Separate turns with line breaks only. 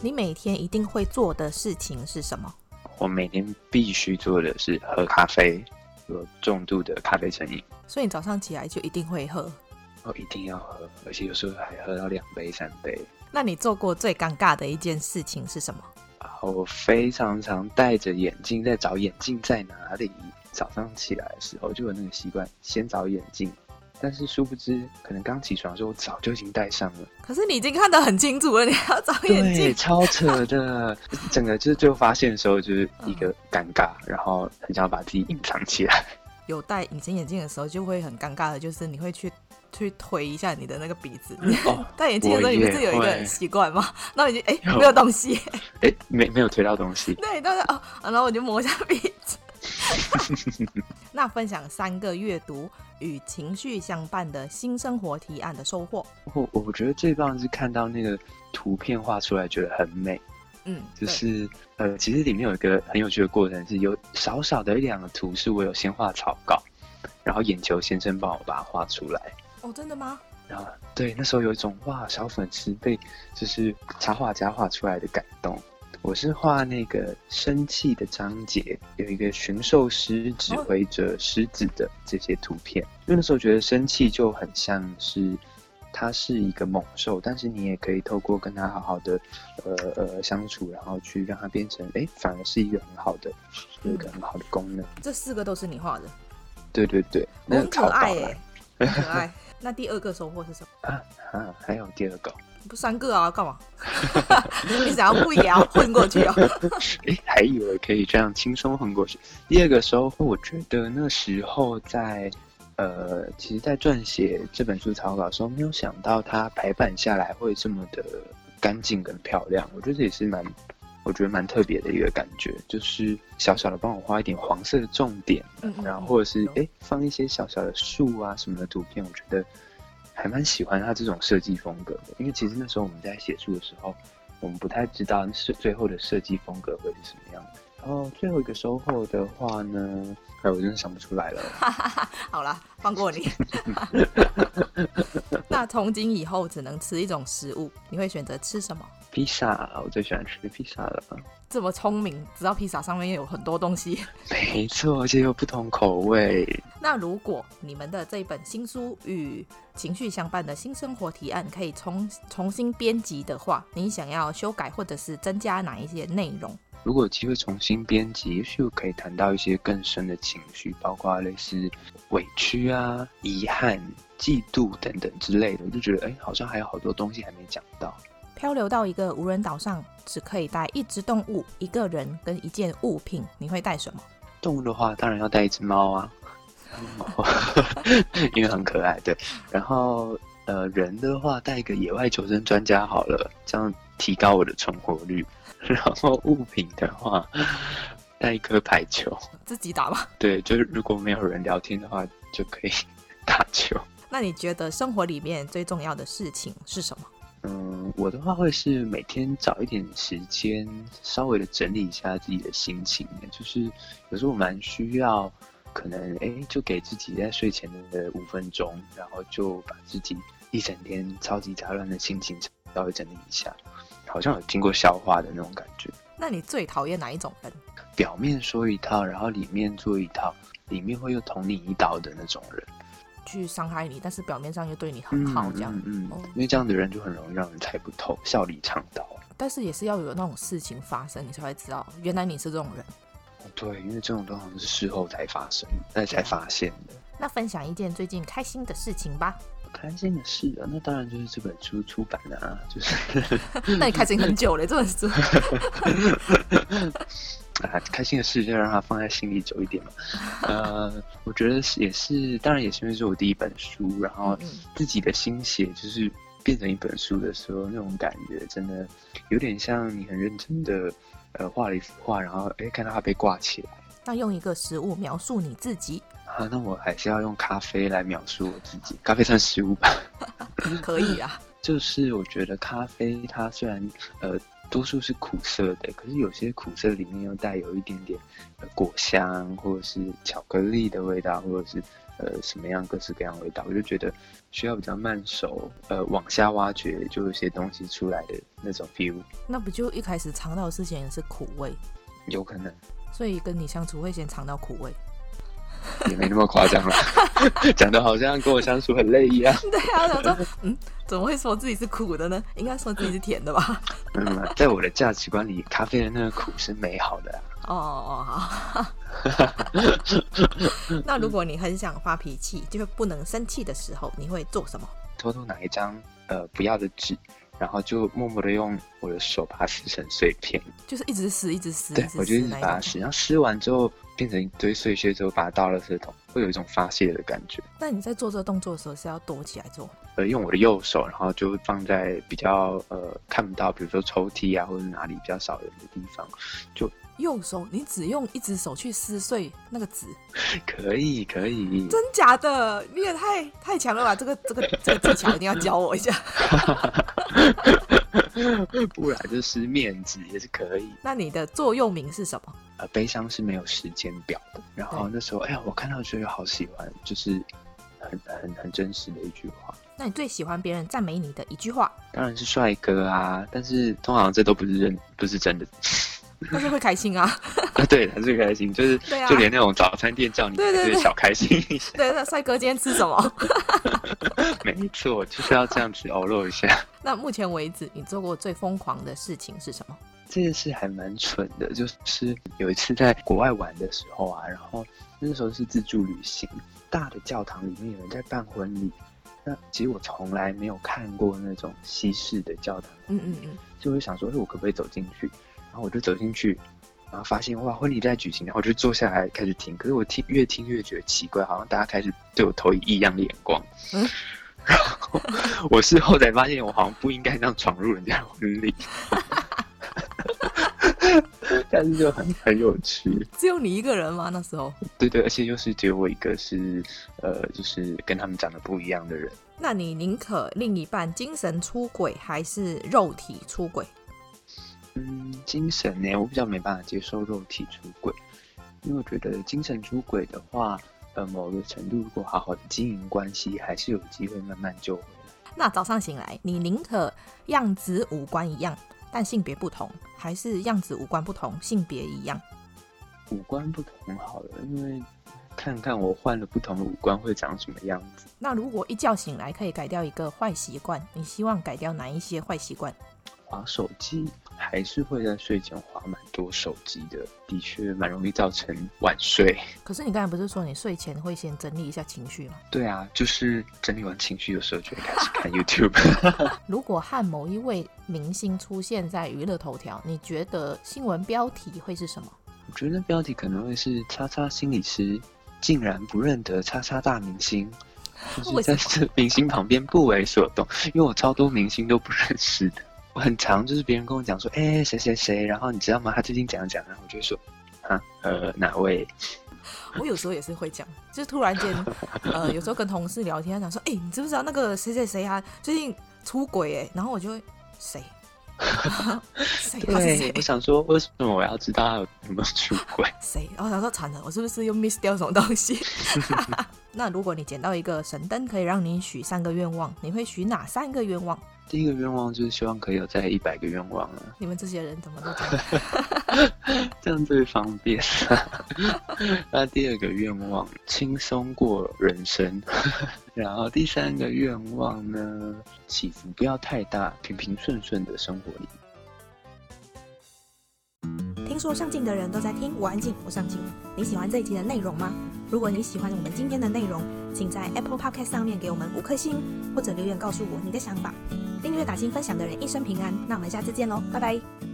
你每天一定会做的事情是什么？
我每天必须做的是喝咖啡，有重度的咖啡成瘾，
所以你早上起来就一定会喝。
我一定要喝，而且有时候还喝到两杯、三杯。
那你做过最尴尬的一件事情是什么？
然后我非常常戴着眼镜在找眼镜在哪里。早上起来的时候就有那个习惯，先找眼镜，但是殊不知，可能刚起床的时候我早就已经戴上了。
可是你已经看得很清楚了，你还要找眼
对，
镜？
超扯的，整个就是最后发现的时候就是一个尴尬，然后很想要把自己隐藏 起来。
有戴隐形眼镜的时候就会很尴尬的，就是你会去去推一下你的那个鼻子。
哦，
戴眼镜的时候
我
你
也
不是有一
会
个习惯吗？然后你就哎、
有
没有东西，
哎，没没有推到东西。
对，但是哦，啊然后我就摸一下鼻 子。那分享三个阅读与情绪相伴的新生活提案的收获。
我我觉得最棒的是看到那个图片画出来，觉得很美。
嗯，
就
对
是呃，其实里面有一个很有趣的过程，是有少少的一两个图是我有先画草稿，然后眼球先生帮我把它画出来。
哦，真的吗？
然后对，那时候有一种哇，小粉丝被就是插画家画出来的感动。我是画那个生气的章节，有一个驯兽师指
哦
挥着狮子的这些图片，因为那时候觉得生气就很像是它是一个猛兽，但是你也可以透过跟它好好的呃呃相处，然后去让它变成哎，反而是一个很好的有一
嗯
个很好的功能。
这四个都是你画的，
对对对，
我
那个啊
很可
草稿
爱
来
耶，很可爱。 那第二个收获是什么？
啊啊，还有第二个哦。
不三个啊，干嘛？ 你想要故意也要混过 去哦？
诶，还以为可以这样轻松混过去。第二个收获，我觉得那时候在，呃，其实，在撰写这本书草稿的时候，没有想到它排版下来会这么的干净跟漂亮。我觉得这也是蛮，我觉得蛮特别的一个感觉，就是小小的帮我画一点黄色的重点，
嗯嗯
然后或者是
有
诶，放一些小小的树啊什么的图片，我觉得还蛮喜欢它这种设计风格的。因为其实那时候我们在写书的时候，我们不太知道是最后的设计风格会是什么样的。然后最后一个收获的话呢，哎，我真的想不出来了。
好啦，放过 你。那从今以后只能吃一种食物，你会选择吃什么？
披萨，我最喜欢吃披萨了。
这么聪明，知道披萨上面有很多东西。
没错，而且有不同口味。
那如果你们的这本新书与情绪相伴的新生活提案可以重重新编辑的话，你想要修改或者是增加哪一些内容？
如果有机会重新编辑，也许我可以谈到一些更深的情绪，包括类似委屈啊、遗憾、嫉妒等等之类的。我就觉得，哎，好像还有好多东西还没讲到。
漂流到一个无人岛上，只可以带一只动物、一个人跟一件物品，你会带什么？
动物的话，当然要带一只猫啊， 因为很可爱。对，然后呃，人的话带一个野外求生专家好了，这样提高我的存活率。然后物品的话，带一颗排球。
自己打吧。
对，就是如果没有人聊天的话，就可以 打球。
那你觉得生活里面最重要的事情是什么？
嗯，我的话会是每天找一点时间，稍微的整理一下自己的心情的。就是有时候蛮需要，可能哎，就给自己在睡前的五分钟，然后就把自己一整天超级杂乱的心情稍微整理一下，好像有经过消化的那种感觉。
那你最讨厌哪一种人？
表面说一套，然后里面做一套，里面会又捅你一刀的那种人，
去伤害你，但是表面上又对你很
嗯
好，这样，
嗯嗯
哦
嗯，因为这样的人就很容易让人猜不透，笑里藏刀。
但是也是要有那种事情发生，你才会知道原来你是这种人。
对，因为这种通常是事后才发生，那才发现的。
那分享一件最近开心的事情吧。
开心的事啊，那当然就是这本书出版了啊，就是嗯
那你开心很久了，这本书。
啊，开心的事就让它放在心里久一 点嘛。呃，我觉得是也是，当然也是因为是我第一本书，然后
嗯嗯
自己的心血就是变成一本书的时候，那种感觉真的有点像你很认真的呃画了一幅画，然后哎看到它被挂起来。
那用一个食物描述你自己，
啊，那我还是要用咖啡来描述我自己，咖啡算食物吧。 嗯
可以啊。
就是我觉得咖啡它虽然呃多数是苦涩的，可是有些苦涩里面又带有一点点、呃、果香，或者是巧克力的味道，或者是呃什么样各式各样的味道，我就觉得需要比较慢手，呃往下挖掘就有些东西出来的那种 feel，
那不就一开始尝到的之前是苦味，
有可能
所以跟你相处会先尝到苦味。
也没那么夸张了， 讲的好像跟我相处很累一样。
对啊，我想说，嗯，怎么会说自己是苦的呢？应该说自己是甜的 吧？
嗯，在我的价值观里，咖啡的那个苦是美好的
哦
啊、
哦好。 那如果你很想发脾气，就是不能生气的时候，你会做什么？
偷偷拿一张呃不要的纸，然后就默默的用我的手把它撕成碎片。
就是一直撕，一直撕，
对
一，直
我就一
撕
直
那
把它
一种。
撕，然后撕完之后变成一堆碎屑之后，把它倒垃圾桶，会有一种发泄的感觉。
那你在做这个动作的时候是要躲起来做？
呃，用我的右手，然后就放在比较呃看不到，比如说抽屉啊，或者哪里比较少人的地方。
右手，你只用一只手去撕碎那个纸，
可以，可以，
真假的？你也太太强了吧！这个这个这个技巧一定要教我一 下。
不然就撕面纸也是可以。
那你的座右铭是什么？
呃，悲伤是没有时间表的。然后
对
那时候，哎呀，我看到觉得好喜欢，就是很很很真实的一句话。
那你最喜欢别人赞美你的一句话，
当然是帅哥啊，但是通常这都不是认，不是真的。
但是会开心啊。
啊，对，他最开心，就是、
对啊
就连那种早餐店叫你，
对对
就是
对
小开心一下。
对，那帅哥今天吃什么？
没错，就是要这样子偶露 一下。
那目前为止，你做过最疯狂的事情是什么？
这件事还蛮蠢的，就是有一次在国外玩的时候啊，然后那时候是自助旅行，大的教堂里面有人在办婚礼。那其实我从来没有看过那种西式的教堂，
嗯嗯嗯，
所以我就想说，哎，我可不可以走进去？然后我就走进去，然后发现哇，婚礼在举行，然后我就坐下来开始听。可是我听越听越觉得奇怪，好像大家开始对我投以异样的眼光。
嗯
然后我事后才发现，我好像不应该这样闯入人家的婚礼。 但是就很很有趣，
只有你一个人吗？那时候？
对对，而且又是只有我一个是，呃，就是跟他们长得不一样的人。
那你宁可另一半精神出轨，还是肉体出轨？
嗯，精神呢，我比较没办法接受肉体出轨，因为我觉得精神出轨的话，呃，某个程度如果好好的经营关系，还是有机会慢慢救回来。
那早上醒来，你宁可样子五官一样，但性别不同，还是样子五官不同，性别一样？
五官不同好了，因为看看我换了不同的五官会长什么样子。
那如果一觉醒来可以改掉一个坏习惯，你希望改掉哪一些坏习惯？
划啊手机还是会在睡前划蛮多手机的，的确蛮容易造成晚睡。
可是你刚才不是说你睡前会先整理一下情绪吗？
对啊，就是整理完情绪，有时候就会开始 看 YouTube。
啊如果和某一位明星出现在娱乐头条，你觉得新闻标题会是什么？
我觉得标题可能会是“叉叉心理师竟然不认得叉叉大明星”，就
为
是在
什
这明星旁边不为所动，因为我超多明星都不认识的。 我很常就是别人跟我讲说：“哎、谁谁谁，然后你知道吗？他最近怎样怎样。”然后我就会说：“啊，呃，哪位
我有时候也是会讲，就是突然间，呃，有时候跟同事聊天，他讲说，哎、你知不知道那个谁谁谁啊，最近出轨哎、然后我就会谁 谁？”他是
对
谁，
我？想说，为什么我要知道他有有没有出轨？
谁？然后想说惨了，我是不是又 miss 掉什么东西？ 那如果你捡到一个神灯，可以让你许三个愿望，你会许哪三个愿望？
第一个愿望就是希望可以有在一百个愿望啊。
你们这些人怎么都这样？
这样最方便。 那第二个愿望，轻松过人生。 然后第三个愿望呢，起伏不要太大，平平顺顺的生活里。
听说上镜的人都在听，我安静，我上镜。你喜欢这一集的内容吗？如果你喜欢我们今天的内容，请在 Apple Podcast 上面给我们五颗星，或者留言告诉我你的想法。订阅、打新、分享的人一生平安。那我们下次见喽，拜拜。